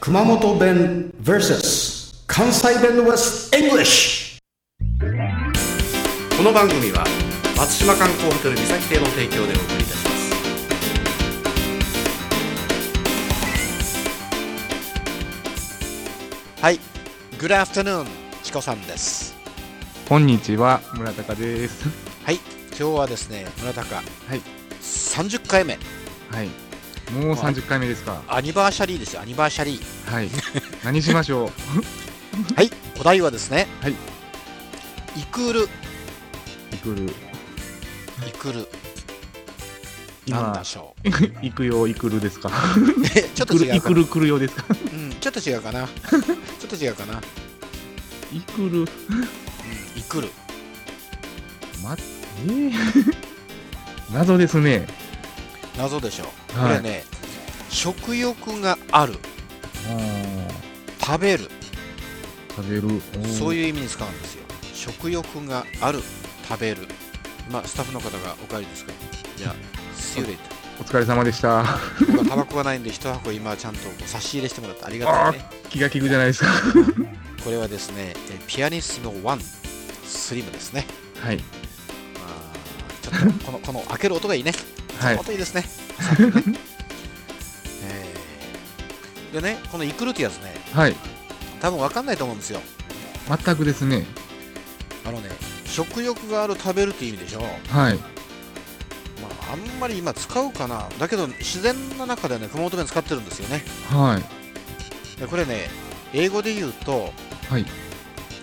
熊本弁 vs 関西弁 vs English この番組は松島観光ホテル三崎邸の提供でお送りいたしますはい Good afternoon チコさんですこんにちは、村高です。はい今日はですね村高はいい30回目はい。もう三十回目ですか。アニバーシャリーですよアニバーシャリーはい。 何しましょう。はいお題はですねはいイクールイクル。イクールなん今で、しょう行くよ、イクルですか。え ちょっとイクル、違イうかクな、ル来るよ ですか。うん、ちょっと違うかな ちょっと違うかな、うん、イクル。イクールま、えー 謎ですね。謎でしょこはいれね、食欲がある食べる食べる。そういう。いう意味に使うんですよ食欲がある食べるまあスタッフの方がお帰りですかじゃあ See you later お疲れ様でした。僕はタバコがないんで一箱今ちゃんとこう差し入れしてもらってありがたいね気が利くじゃないですか。これはですねえピアニッシモ1スリムですねはい。あーちょっとこのこの開ける音がいいねはい音いいですねさっきね えーでねこのイクルってやつねはい。多分分かんないと思うんですよ全くですね。あのね食欲がある食べるって意味でしょ、まはい。あ、あんまり今使うかなだけど自然の中でね熊本弁使ってるんですよねはい。でこれね英語で言うとはい。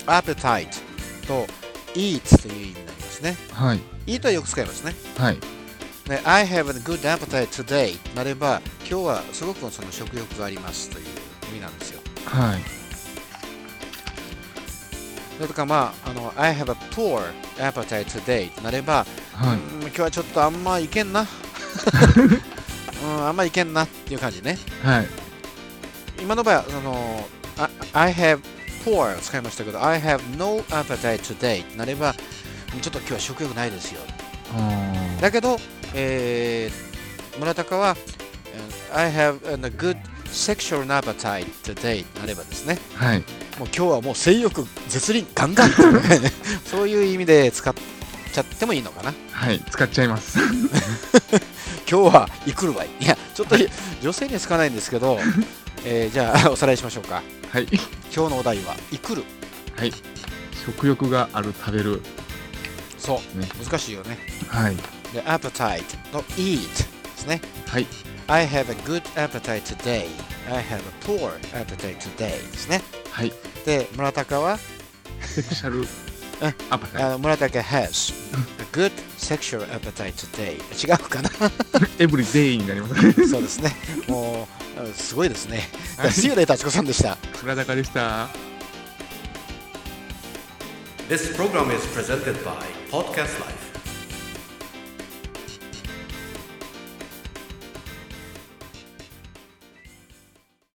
appetite と eat という意味になりますねはい。 eat はよく使いますねはい。で I have a good appetite today なれば今日はすごくその食欲がありますという意味なんですよはい。それとかまああの I have a poor appetite today なればはい。うん今日はちょっとあんまいけんな うんあんまいけんなっていう感じねはい。今の場合はあのあ I have poor を使いましたけど I have no appetite today なればうんちょっと今日は食欲ないですよあだけど、えー村高はえー I have a good sexual appetite today なればですねーはい。もう今日はもう性欲絶倫ガンガンそういう意味で使っちゃってもいいのかなはい。使っちゃいます。今日は行くるわいいやちょっと女性にはつかないんですけど、えーじゃあ おさらいしましょうかはい。今日のお題は「行くるはい。食欲がある食べる。」そう、ね難しいよねはい。で「appetite」の「eat」ですねはい。 I have a good appetite today I have a poor appetite today ですねはい。で村高はセクシ ャルあアパタイあの村高 has a good sexual appetite today 違うかなト。エブリデイになります。 そうですねもううんすごいですねはい See you later チコさんでした村高でした。 This program is presented by Podcast Life.